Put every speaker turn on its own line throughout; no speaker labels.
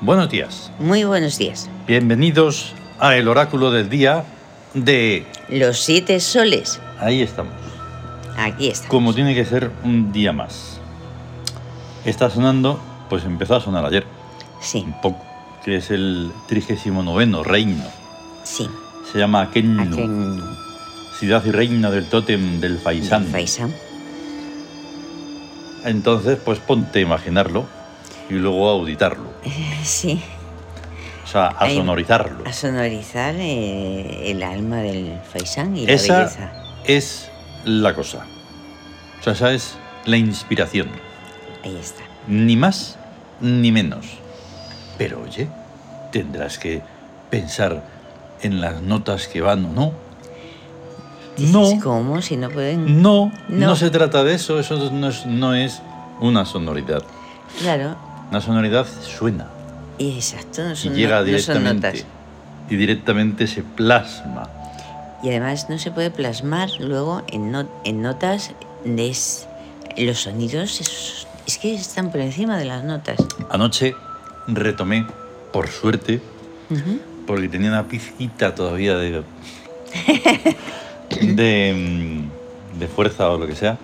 Buenos días.
Muy buenos días.
Bienvenidos a el oráculo del día de...
Los siete soles.
Ahí estamos.
Aquí está.
Como tiene que ser un día más. Está sonando, pues empezó a sonar ayer.
Sí,
Un poco. Que es el 39 reino.
sí.
Se llama Kennu.
Aquí en
Ciudad y reino del tótem del Faisán.
Faisán.
Entonces, pues ponte a imaginarlo y luego a auditarlo.
Sí.
O sea, a
Ahí-
sonorizarlo.
A sonorizar eh, el alma del Faisán y la
Esa
belleza.
es la cosa. O sea, esa es la inspiración.
Ahí está.
Ni más ni menos. Pero oye, tendrás que pensar en las notas que van o no.
Dices,
No,
¿Cómo? Si no pueden.
no, no
No.
se trata de eso. Eso no es, no es una sonoridad.
Claro.
Una sonoridad suena
Y exacto, no
y
son,
llega
no- no son
directamente.
notas.
y directamente se plasma.
Y además no se puede plasmar luego en, no- en notas. de es- los sonidos es, es que están por encima de las notas.
Anoche retomé, por suerte,
Ujú.
porque tenía una pizquita todavía de de, mm, de fuerza o lo que sea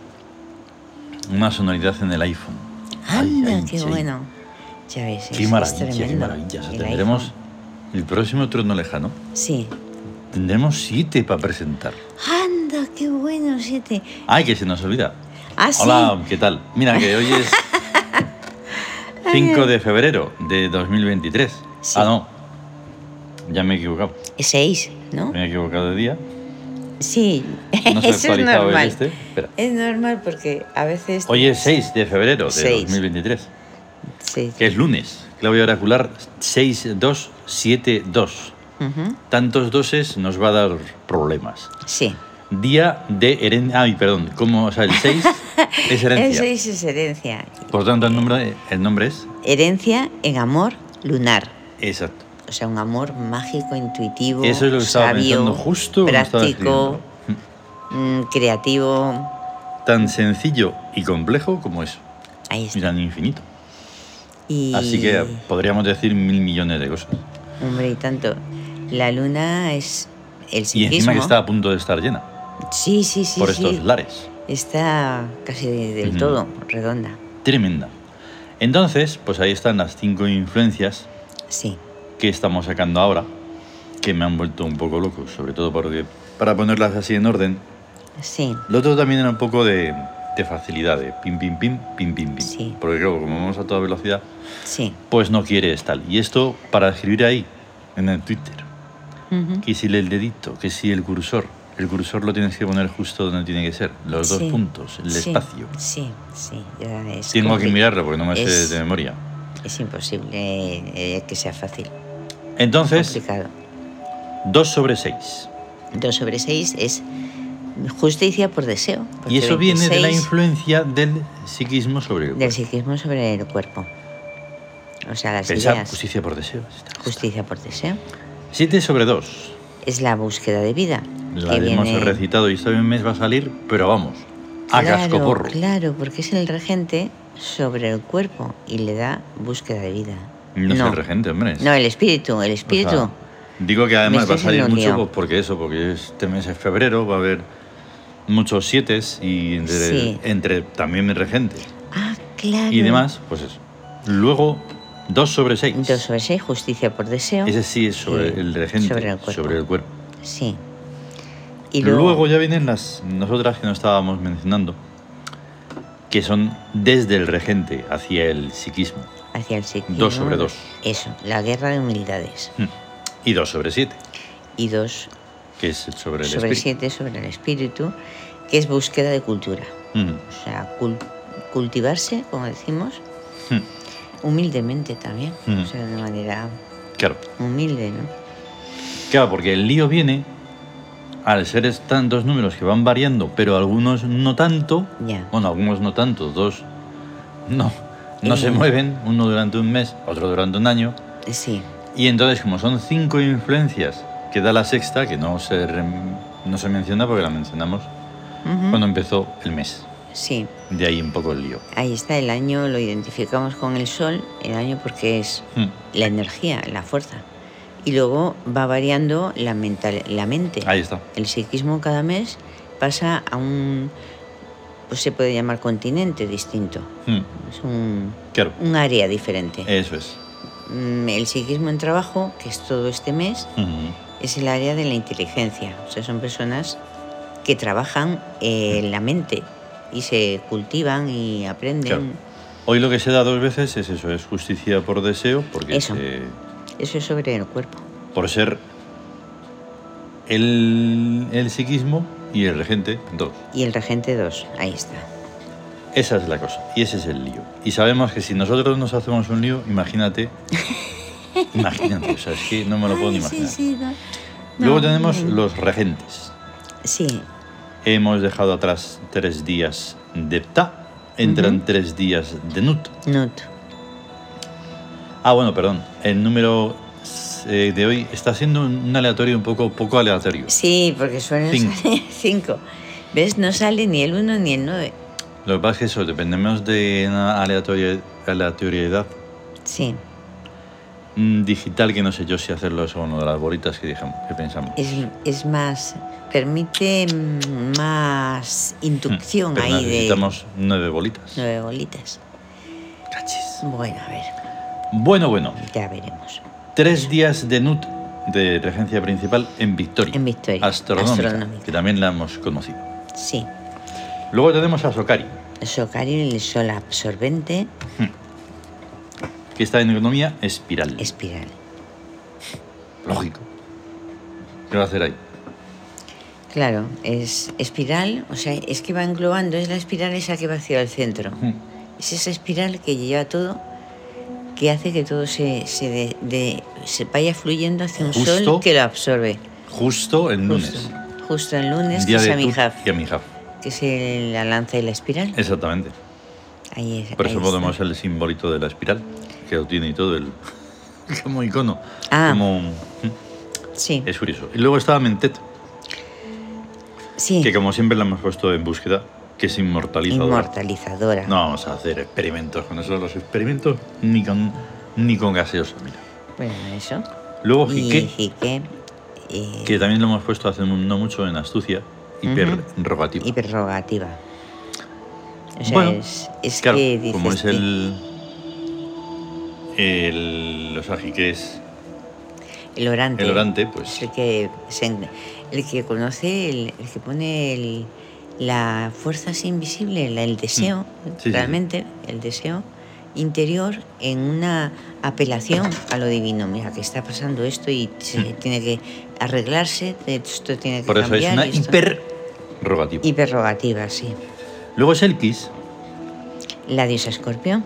una sonoridad en el iPhone Ay,
Anda,
ay,
qué
sí.
bueno. Ya ves, es-
qué
es
maravilla qué
tremendo.
maravilla O sea,
El
tendremos
iPhone.
el próximo trono lejano
Sí.
tendremos siete para presentar
Anda, qué bueno, siete.
ay que se nos olvida
Ah, sí.
hola qué tal mira que hoy es 5 de febrero de 2023
Sí.
ah no ya me he equivocado
Es Seis, ¿no?
me he equivocado de día
Sí.
no se ha
Eso es
actualizado el
normal.
este espera
Es normal porque a veces.
Hoy es 6 de febrero de
Seis.
2023,
Sí.
que es lunes. Claudia Oracular 6272.
Ujú.
Tantos doses nos va a dar problemas.
Sí.
Día de herencia. Ay, perdón, ¿cómo? O sea, el 6 es
El
herencia.
seis es herencia.
Por tanto, el nombre, el nombre es.
Herencia en amor lunar.
Exacto.
O sea, un amor mágico, intuitivo.
Eso es lo que estaba
sabio,
pensando justo. cuando estaba
Práctico, mm, creativo.
escribiendo. Tan sencillo y complejo como eso.
Ahí está.
Y tan infinito.
Y-
Así que podríamos decir mil millones de cosas.
Hombre, y tanto. La luna es el
Y
psiquismo.
encima que está a punto de estar llena
Sí, sí, sí.
por
sí.
estos lares.
Está casi de- del
Ujú.
todo redonda.
Tremenda. Entonces, pues ahí están las cinco influencias
Sí.
que estamos sacando ahora, que me han vuelto un poco loco, sobre todo porque para ponerlas así en orden,
Sí.
lo otro también era un poco de, de facilidad, de pim, pim, pim, pim, pim, pim.
Sí.
Porque claro, como vamos a toda velocidad,
Sí.
pues no quiere estar. Y esto para escribir ahí, en el Twitter,
Ujú.
que si el dedito, que si el cursor, el cursor lo tienes que poner justo donde tiene que ser, los dos
Sí.
puntos, el
Sí,
espacio.
Sí, sí. ya es
Tengo que
compli-
mirarlo porque no me
es-
sé de memoria.
Es imposible eh, que sea fácil.
Entonces,
Complicado.
2 sobre 6.
2 sobre 6 es justicia por deseo.
Y
porque
eso viene de la
26
influencia del psiquismo sobre el
Del
cuerpo.
psiquismo sobre el cuerpo. O sea,
Pensar
las
pues
ideas.
justicia por deseo. Está.
Justicia por deseo.
7 sobre 2.
Es la búsqueda de vida.
La
que
hemos
viene-
recitado y este mes va a salir, pero vamos, a Ah, casco
Claro,
porro.
Claro, porque es el regente sobre el cuerpo y le da búsqueda de vida.
No, es el regente, hombre.
No, el espíritu, el
O sea,
espíritu.
digo que además
Me
va a
estás
salir
haciendo un
mucho
lío.
pues, porque eso, porque este mes es febrero, va a haber muchos 7 y entre,
Sí.
entre también el regente
ah, claro.
y demás, pues eso. Luego, 2 sobre 6.
Dos sobre seis, justicia por deseo.
Ese sí es este. sobre
Sí,
el regente,
sobre el cuerpo.
Sobre el cuerpo.
Sí. Y
Y luego... ya vienen las nosotras que no estábamos mencionando, que son desde el regente hacia el psiquismo.
hacia el psiquismo.
Dos sobre dos.
Eso, la guerra de humildades.
Hmm. Y 2 sobre 7,
Y dos
que es el sobre el
sobre
espíritu.
siete sobre el espíritu, que es búsqueda de cultura. O
Ujú.
sea, cul- cultivarse, como decimos,
Hmm.
humildemente también.
Mm.
O sea, de manera
Claro.
humilde, ¿no?
claro, porque el lío viene al ser es- tan dos números que van variando, pero algunos no tanto.
Ya.
Bueno, algunos no tanto, dos no, no se
Eh.
mueven, uno durante un mes, otro durante un año.
Sí.
Y entonces, como son cinco influencias que da la sexta, que no se, rem- no se menciona porque la mencionamos
Ujú.
cuando empezó el mes.
sí.
De ahí un poco el lío.
Ahí está el año, lo identificamos con el sol, el año porque es
Hmm.
la energía, la fuerza. Y luego va variando la, mental, la mente.
Ahí está.
El psiquismo cada mes pasa a un, pues se puede llamar continente distinto.
Hmm.
Es un,
Claro,
un área diferente.
eso es.
Mm, El psiquismo en trabajo, que es todo este mes,
Ujú.
es el área de la inteligencia. O sea, son personas que trabajan eh, la mente y se cultivan y aprenden.
Hoy lo que se da dos veces es eso, es justicia por deseo, porque
Eso.
se-
Eso es sobre el cuerpo.
por ser el, el psiquismo y el regente, dos.
Y el regente 2, ahí está.
Esa es la cosa, y ese es el lío. Y sabemos que si nosotros nos hacemos un lío, imagínate, imagínate, o sea, es que no me lo puedo ni
Ay, sí,
imaginar.
sí, no.
Luego
No,
tenemos
no.
los regentes.
Sí,
Hemos dejado atrás tres días de Ptah, entran
Ujú.
tres días de Nut.
Nut.
Ah, bueno, perdón. El número eh, de hoy está siendo un un aleatorio un poco, poco aleatorio.
Sí, porque suelen
Cinco.
salir 5. ¿Ves? No sale ni el 1 ni el 9.
Lo que pasa es que eso, dependemos de una aleatoria- aleatoriedad
Sí,
mm, digital que no sé yo si hacerlo eso o no, de las bolitas que, dijamos, que pensamos.
es, es más. Permite mm, más inducción
Mm, Hmm, Pero
ahí de
necesitamos nueve bolitas.
nueve bolitas.
Cachis.
Bueno, a ver,
Bueno, bueno.
ya veremos.
Tres días de NUT de regencia principal en Victoria.
En Victoria,
Astronómica,
astronómica.
que también la hemos conocido.
Sí,
Luego tenemos a Sokari,
Socario, el sol absorbente,
que está en economía espiral.
espiral.
Lógico. ¿Qué va a hacer ahí?
Claro, es espiral, o sea, es que va englobando, es la espiral esa que va hacia el centro.
Hmm.
Es esa espiral que lleva todo, que hace que todo se, se, de- de- se vaya fluyendo hacia un
Justo.
sol que lo absorbe.
Justo el lunes.
Justo, justo el lunes, que
Día
es
de Tut
Amijaf,
y Amijaf.
que es el- la lanza y la espiral.
Exactamente.
Ahí es-
Por
ahí
eso
está.
podemos el simbolito de la espiral, que lo tiene y todo el... como icono.
Ah.
Como... ¿eh?
Sí,
Es curioso. Y luego estaba Mentet,
sí,
que como siempre la hemos puesto en búsqueda, que es inmortalizadora.
inmortalizadora.
No vamos a hacer experimentos con eso, los experimentos ni con, ni con gaseosa, mira.
Bueno, eso.
Luego
y
Jique,
Jique, eh,
que también lo hemos puesto hace no mucho en astucia, hiperrogativa.
y prerrogativa. O sea,
Bueno,
es, es
Claro,
que dices
como es
que-
el... el o sea, Jique es
el orante.
el orante,
Es
pues...
el que, se en- el que conoce, el, el que pone el- la fuerza así invisible, la- el deseo,
Mm. sí, sí.
realmente, el deseo interior en una apelación a lo divino. Mira, que está pasando esto y se tiene que arreglarse, esto tiene que
Mm. Por eso es
cambiar.
una
y esto-
hiperrogativa.
Hiperrogativa, sí.
Luego es Elkis,
La diosa escorpión,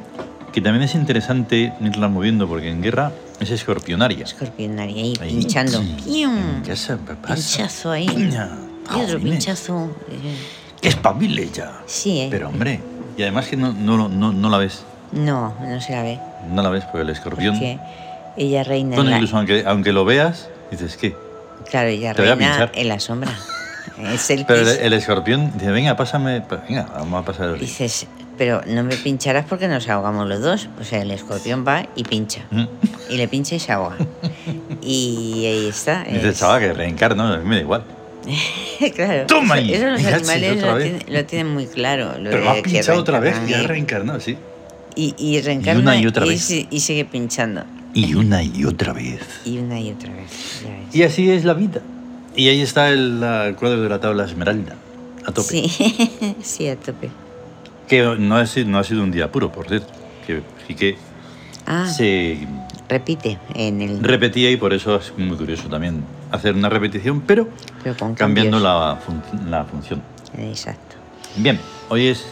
que también es interesante irla moviendo porque en guerra es escorpionaria.
escorpión ahí,
Ahí,
pinchando. ¡Pium!
Ya se me pasa.
Pinchazo ahí.
Piña.
Y otro
Jolines.
pinchazo. eh,
Que espabile ya.
Sí, ¿eh?
Pero hombre, y además que no, no, lo- no, no la ves.
No, no se la ve.
No la ves porque el escorpión.
Porque ella reina.
Bueno,
en la-
incluso aunque, aunque lo veas, dices ¿qué?
Claro, ella
Te voy a
reina
pinchar.
en la sombra. Es el
Pero el,
que
el escorpión dice, venga, pásame. pa- Venga, vamos a pasar el río.
dices, pero no me pincharás porque nos ahogamos los dos. O sea, el escorpión va y pincha.
Mm.
Y le pincha y se ahoga. Y ahí está.
Dices,
es-
chaval, que reencarno, a mí me da igual.
claro.
¡Toma
eso-
ahí!
Eso, los
Venga, sí,
animales
otra
lo
vez.
tienen, lo tienen muy claro. lo
Pero me has
de que
pinchado otra vez,
reencarnan
ya has
y-
reencarnado, sí.
Y, y reencarna
una y otra vez.
si- y sigue pinchando.
Y una y otra vez.
Y una y otra vez. ya ves.
Y así es la vida. Y ahí está el, la- el cuadro de la tabla esmeralda, a tope.
Sí, sí, a tope.
Que no ha, sido, no ha sido un día puro, por cierto. Que, y que
Ah,
se
repite en el.
repetía y por eso es muy curioso también hacer una repetición, pero
pero con
cambiando
cambios.
la, fun- la función.
Exacto.
Bien, hoy es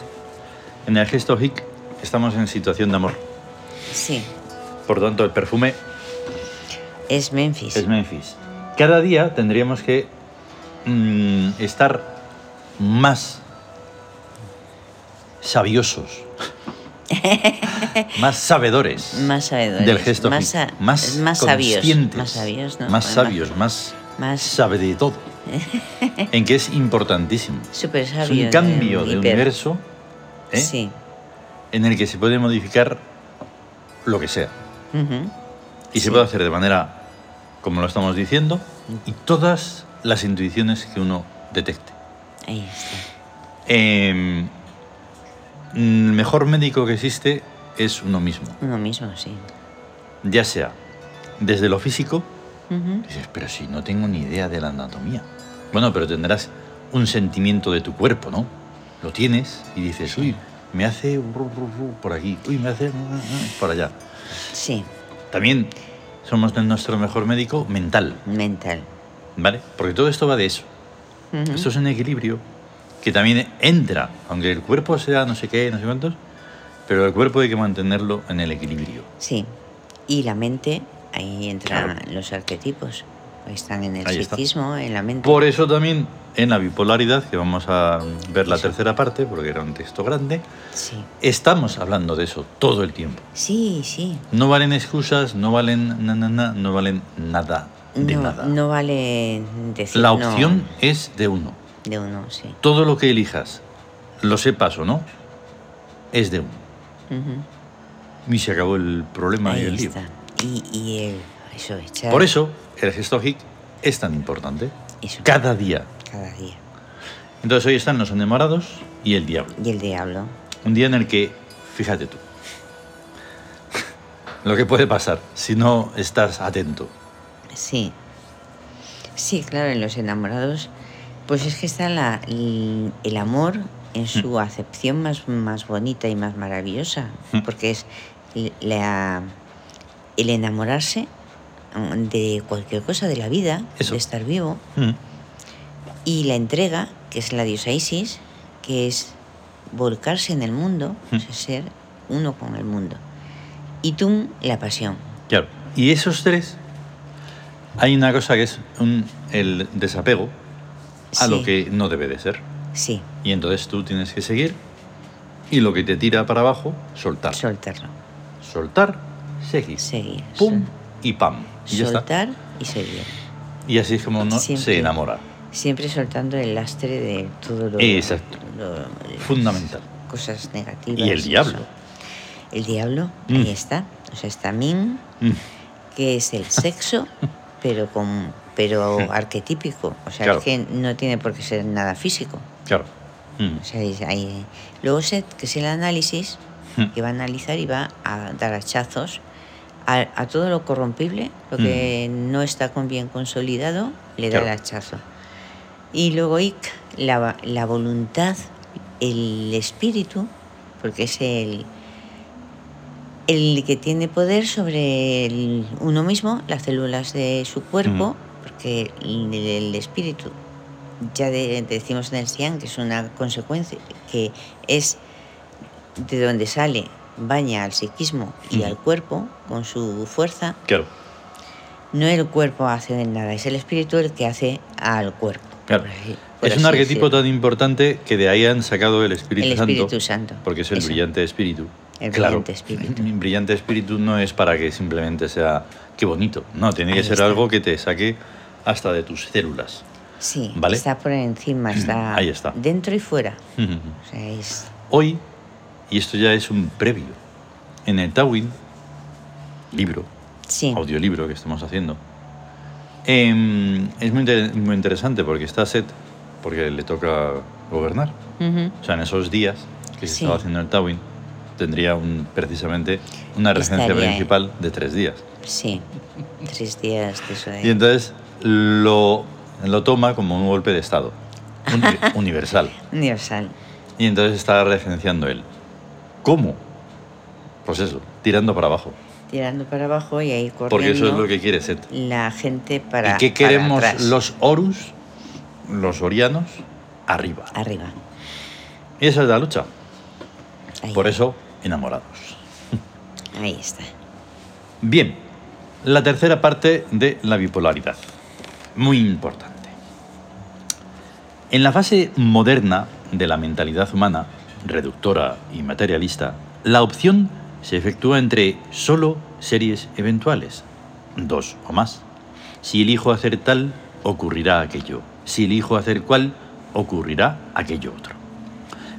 en el gesto hic, estamos en situación de amor.
Sí,
Por tanto, el perfume
es Memphis.
es Memphis. Cada día tendríamos que mm, estar más sabiosos, más sabedores.
Más sabedores.
del gesto
Más,
físico.
sa-
más,
más sabios.
conscientes,
Más sabios, ¿no?
más
Más-
sabios, más,
más-
sabe de todo. en que es importantísimo.
Súper
Es
sabios.
un cambio
eh,
de
hiper.
universo ¿eh?
Sí.
en el que se puede modificar lo que sea.
Ujú.
Y
Sí.
se puede hacer de manera como lo estamos diciendo y todas las intuiciones que uno detecte.
Ahí está.
Em, el mejor médico que existe es uno mismo,
Uno mismo, sí.
ya sea desde lo físico,
Ujú.
dices, pero si no tengo ni idea de la anatomía. Bueno, pero tendrás un sentimiento de tu cuerpo, ¿no? Lo tienes y dices, uy, me hace ru, ru, ru por aquí, uy, me hace ru, ru, ru por allá.
Sí,
También somos nuestro mejor médico mental,
mental.
¿vale? Porque todo esto va de eso.
Ujú.
Esto es un equilibrio que también entra, aunque el cuerpo sea no sé qué, no sé cuántos, pero el cuerpo hay que mantenerlo en el equilibrio.
Sí. Y la mente, ahí entran
Claro.
los arquetipos. Están en el
Ahí está.
psiquismo, en la mente.
Por eso también en la bipolaridad, que vamos a ver la
Eso.
tercera parte, porque era un texto grande,
Sí.
estamos hablando de eso todo el tiempo.
Sí, sí.
No valen excusas, no valen na, na, na, no valen nada de
No,
nada.
no vale decir
la
no
opción es de uno.
de uno, sí.
Todo lo que elijas, lo sepas o no, es de uno.
Ujú.
Y se acabó el problema y
Ahí
el lío.
está. Y, y el- eso, echar.
Por eso el gesto hic es tan importante
eso,
cada día.
cada día.
Entonces hoy están los enamorados y el diablo.
Y el diablo.
Un día en el que, fíjate tú, lo que puede pasar si no estás atento.
Sí. Sí, claro, en los enamorados, pues es que está la, el, el amor en su acepción más, más bonita y más maravillosa,
Mm.
porque es l- la, el enamorarse mm, de cualquier cosa de la vida,
Eso.
de estar vivo,
Mm.
y la entrega, que es la diosa Isis, que es volcarse en el mundo,
Mm.
o sea, ser uno con el mundo. Y Tum, la pasión.
Claro. Y esos tres, hay una cosa que es un- el desapego a lo
Sí.
que no debe de ser.
Sí,
Y entonces tú tienes que seguir y lo que te tira para abajo, soltar.
soltarlo,
soltar, seguir.
seguir.
Pum
sol-
y pam. Y ya está.
soltar y seguir.
Y así es como uno
Siempre.
se enamora.
Siempre soltando el lastre de todo lo.
Exacto.
lo-
Fundamental.
Cosas negativas.
Y el
eso.
diablo.
El diablo,
Mm.
ahí está. O sea, está Min,
Mm.
que es el sexo, pero con pero arquetípico. O sea,
Claro.
es que no tiene por qué ser nada físico.
Claro. Mm.
O sea, es- ahí- Luego, Seth, que es el análisis,
Mm.
que va a analizar y va a dar hachazos a, a todo lo corrompible, lo que no está con bien consolidado, le da
Claro.
el hachazo. Y luego Ic, la, va- la voluntad, el espíritu, porque es el, el que tiene poder sobre el- uno mismo, las células de su cuerpo, porque el, el espíritu, ya de- decimos en el Sian, que es una consecuencia, que es de donde sale, baña al psiquismo y
Ujú.
al cuerpo con su fuerza,
Claro.
no el cuerpo hace del nada, es el espíritu el que hace al cuerpo.
Claro.
por así- por
Es
así
un arquetipo
decirlo.
tan importante que de ahí han sacado el Espíritu,
El
Santo,
Espíritu Santo.
Porque es el
Eso.
brillante espíritu.
El brillante espíritu.
Un brillante espíritu no es para que simplemente sea qué bonito. No, tiene que
Ahí
ser
está.
algo que te saque hasta de tus células.
Sí,
¿Vale?
está por encima, está,
Ahí está.
dentro y fuera. O sea, es
Hoy, y esto ya es un previo, en el Tawin, libro,
sí,
audiolibro que estamos haciendo. em, es muy, inter- muy interesante porque está Set, porque le toca gobernar.
Ujú.
O sea, en esos días que se
Sí.
estaba haciendo el Tawin, tendría un, precisamente una regencia
Estaría ahí.
principal de tres días.
sí. Tres días de eso. de-
Y entonces lo, lo toma como un golpe de Estado uni- universal.
Universal.
Y entonces está regenciando él. ¿Cómo? Pues eso, tirando para abajo.
Tirando para abajo y ahí corriendo
Porque eso es lo que quiere Set.
la gente para
¿Y qué
para
queremos
atrás.
los Horus, los Orianos? Arriba.
Arriba.
Y esa es la lucha.
Ahí,
Por eso, enamorados.
ahí está.
Bien, la tercera parte de la bipolaridad. Muy importante. En la fase moderna de la mentalidad humana, reductora y materialista, la opción se efectúa entre solo series eventuales, dos o más. Si elijo hacer tal, ocurrirá aquello. Si elijo hacer cual, ocurrirá aquello otro.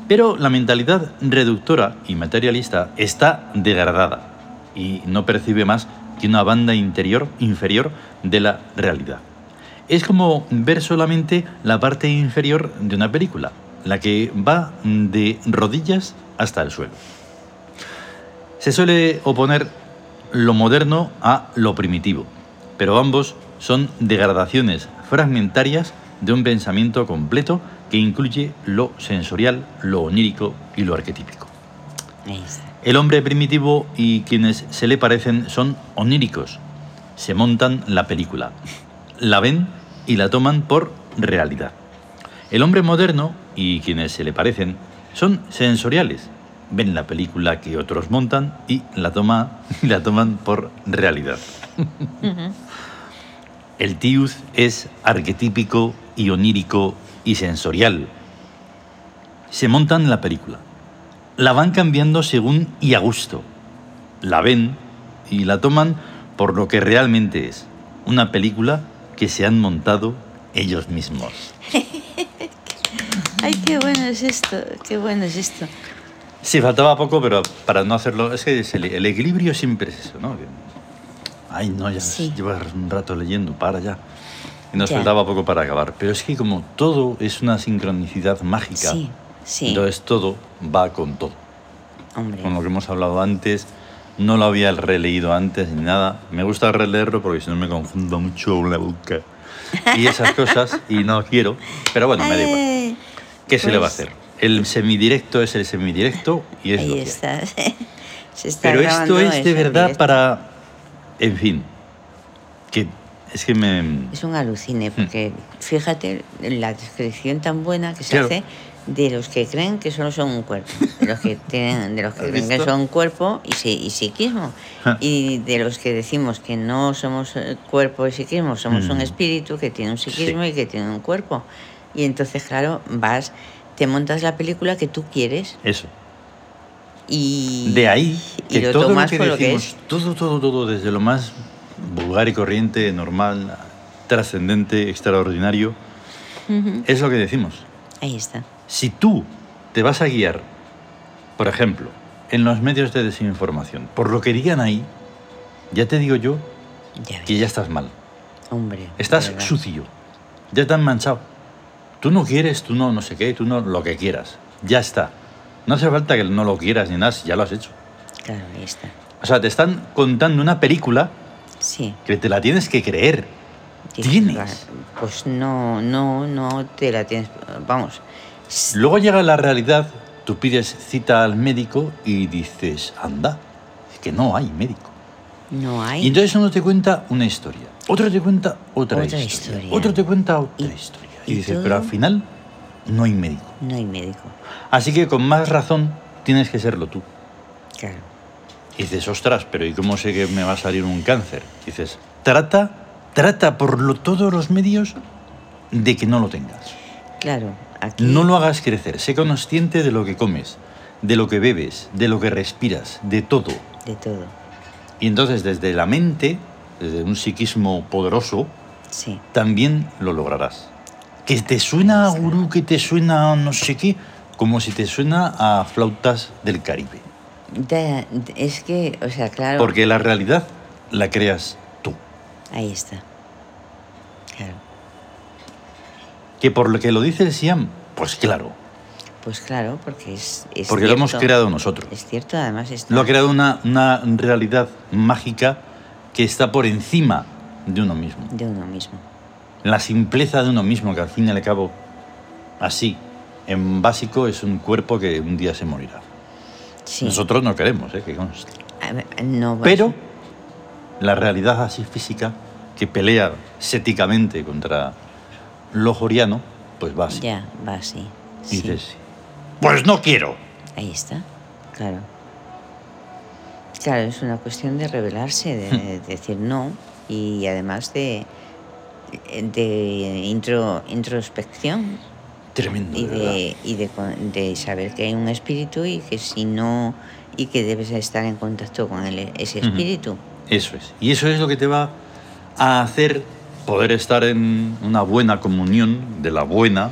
Pero la mentalidad reductora y materialista está degradada y no percibe más que una banda interior inferior de la realidad. Es como ver solamente la parte inferior de una película, la que va de rodillas hasta el suelo. Se suele oponer lo moderno a lo primitivo, pero ambos son degradaciones fragmentarias de un pensamiento completo que incluye lo sensorial, lo onírico y lo arquetípico. El hombre primitivo y quienes se le parecen son oníricos. Se montan la película, la ven y la toman por realidad. El hombre moderno y quienes se le parecen son sensoriales. Ven la película que otros montan y la, toma, y la toman por realidad. El tius es arquetípico y onírico y sensorial. Se montan la película. La van cambiando según y a gusto. La ven y la toman por lo que realmente es. Una película que se han montado ellos mismos.
Ay, qué bueno es esto, qué bueno es esto.
Sí, faltaba poco, pero para no hacerlo... Es que es el, el equilibrio siempre es eso, ¿no? Que- Ay, no, ya
Sí.
llevas un rato leyendo, para ya. Y nos
Ya.
faltaba poco para acabar. Pero es que como todo es una sincronicidad mágica,
Sí, sí.
entonces todo va con todo.
Hombre,
Con lo que hemos hablado antes, no lo había releído antes ni nada. Me gusta releerlo porque si no me confundo mucho con la boca. Y esas cosas, y no quiero. Pero bueno, me da igual.
Ay,
¿Qué se le va a
pues-
hacer? El semidirecto es el semidirecto y es lo
ahí
que es.
está. Se está
Pero esto
grabando
es
eso
de
en
verdad
directo.
para... En fin, que es que me...
Es un alucine,
Hmm.
porque fíjate la descripción tan buena que se
Claro.
hace de los que creen que solo son un cuerpo, de los que, tienen, de los
¿Has
que creen que
visto? Ah.
son un cuerpo y, si- y psiquismo,
Ja.
y de los que decimos que no somos eh, cuerpo y psiquismo, somos un
Mm.
espíritu que tiene un psiquismo
Sí.
y que tiene un cuerpo. Y entonces, claro, vas, te montas la película que tú quieres
Eso.
y...
De ahí
y
que
lo
todo lo
tomas
que
por lo que
decimos, todo, todo, todo, desde lo más vulgar y corriente, normal, trascendente, extraordinario,
Ujú.
es lo que decimos.
Ahí está.
Si tú te vas a guiar, por ejemplo, en los medios de desinformación, por lo que digan ahí, ya te digo yo
Ya ves.
que ya estás mal.
Hombre.
Estás
de verdad.
sucio. Ya te han manchado. Tú no quieres, tú no, no sé qué, tú no lo que quieras. Ya está. No hace falta que no lo quieras ni nada, si ya lo has hecho.
Claro, ahí está.
O sea, te están contando una película
Sí.
que te la tienes que creer. ¿Tienes?
Ra- Pues no, no, no te la tienes. Vamos. s-
Luego llega la realidad, tú pides cita al médico y dices, anda, es que no hay médico.
No hay.
Y entonces uno te cuenta una historia, otro te cuenta otra,
Otra
historia,
historia.
otro te cuenta otra
Y-
historia.
y
Y dices,
todo-
pero al final no hay médico.
No hay médico.
Así que con más razón tienes que serlo tú.
Claro.
Y dices, ostras, pero ¿y cómo sé que me va a salir un cáncer? Y dices, trata, trata por lo, todos los medios de que no lo tengas.
Claro. Aquí.
No lo hagas crecer, sé consciente de lo que comes, de lo que bebes, de lo que respiras, de todo.
De todo.
Y entonces desde la mente, desde un psiquismo poderoso,
Sí.
también lo lograrás. Que te suena a gurú, que te suena a no sé qué, como si te suena a flautas del Caribe.
Da- d- es que, o sea, claro.
Porque la realidad la creas tú.
Ahí está. Claro.
Que por lo que lo dice el Siam, pues claro,
Pues claro, porque es. es
porque lo hemos
cierto.
creado nosotros.
Es cierto, además. está-
Lo ha creado una, una realidad mágica que está por encima de uno mismo.
De uno mismo.
La simpleza de uno mismo, que al fin y al cabo, así, en básico, es un cuerpo que un día se morirá.
Sí.
Nosotros no queremos, ¿eh? que conste.
A ver, no vas-
Pero la realidad así física, que pelea séticamente contra lo joriano, pues va así.
Ya, va así.
Y
Sí.
dices, pues no quiero.
Ahí está, claro. Claro, es una cuestión de rebelarse,
Hmm.
de, de decir no y además de, de intro, introspección
Tremendo,
y,
de verdad.
de, y de, con- de saber que hay un espíritu y que si no y que debes estar en contacto con el- ese
Ujú.
espíritu.
Eso es. Y eso es lo que te va a hacer poder estar en una buena comunión, de la buena,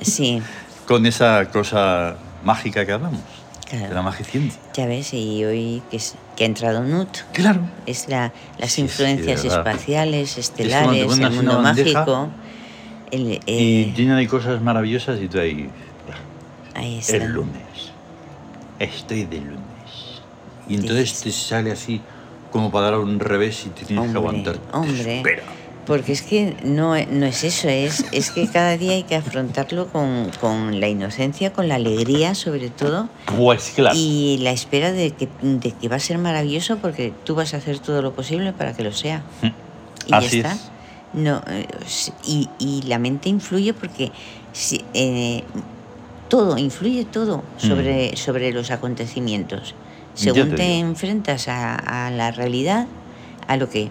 Sí,
con esa cosa mágica que hablamos,
Claro.
de la magiciencia.
Ya ves, y hoy que, es- que ha entrado Nut,
Claro.
es la, las
Sí, sí, de
influencias
verdad.
espaciales,
cuando
estelares,
pones
el
una
mundo
bandeja
mágico. el,
Y
eh,
llena de cosas maravillosas y tú ahí,
ahí está.
el lunes, estoy de lunes. Y entonces
Dices-
te sale así como para dar un revés y te tienes que
Hombre,
aguantar. Te
hombre.
supera.
Porque es que no, no es eso, es, es que cada día hay que afrontarlo con, con la inocencia, con la alegría sobre todo
Pues claro.
y la espera de que, de que va a ser maravilloso porque tú vas a hacer todo lo posible para que lo sea. Y
Mm. Así
ya está.
es.
No, eh, s- y, y la mente influye porque si- eh, todo, influye todo sobre, sobre los acontecimientos.
Mm. Ya
Según
te
te,
digo.
enfrentas a, a la realidad, a lo que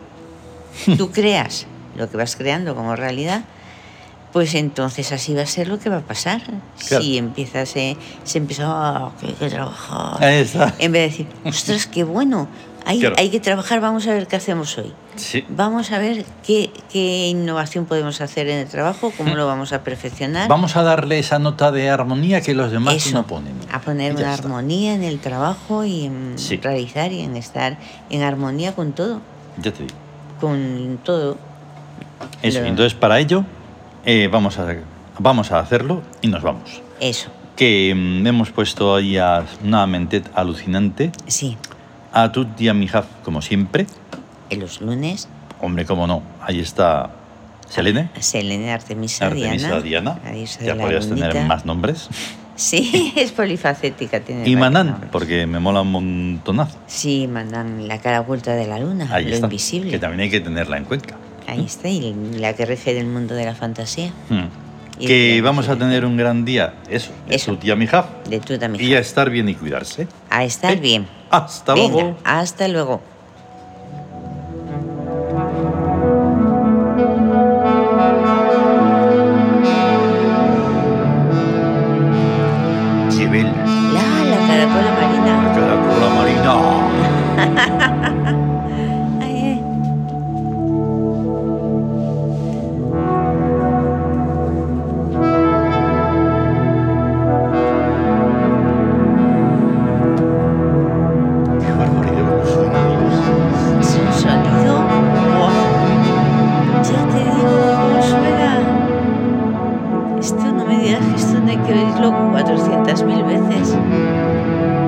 tú creas, lo que vas creando como realidad, pues entonces así va a ser lo que va a pasar.
Claro.
Si empiezas, eh, se empieza, "Ah, que hay que trabajar.
Ahí está.
En vez de decir, ostras, qué bueno, hay,
Eh. Claro.
hay que trabajar, vamos a ver qué hacemos hoy.
Sí.
Vamos a ver qué, qué innovación podemos hacer en el trabajo, cómo lo vamos a perfeccionar.
Mm. Vamos a darle esa nota de armonía que los demás no ponen.
a poner
Y ya
una
está.
armonía en el trabajo y en
Sí.
realizar y en estar en armonía con todo,
Ya te digo.
con todo.
Eso,
Lo-
entonces para ello eh, vamos, a, vamos a hacerlo y nos vamos.
Eso,
Que mm, hemos puesto ahí a una mente alucinante,
sí,
a Tut y a Mijaf, como siempre.
en los lunes,
Hombre, cómo no, ahí está Selene,
Selene Artemisa,
Artemisa Diana.
Diana. Adiós a
ya
la
podrías tener
lunita.
más nombres.
Sí, es polifacética. Tiene
Y
varios
Manan,
nombres.
porque me mola un montonazo.
Sí, mandan la cara oculta de la luna,
Ahí
Ah, lo
está.
invisible.
Que también hay que tenerla en cuenta.
Ahí está, y la que rige del mundo de la fantasía.
Hmm.
Y
Que
de-
vamos a tener un gran día, eso, de
Eso.
Tut y a Mijaf.
De tú también.
Y a estar bien y cuidarse.
A estar
¿Eh?
bien.
Hasta
Venga,
luego.
hasta luego.
Lleven
La, la caracola marina.
la caracola marina.
Ay, eh, ay.
Qué barbaridad, cómo suena, Dios.
Es un sonido. guau. Ya te digo cómo suena. Esto no me digas que esto no hay que oírlo 400.000 veces.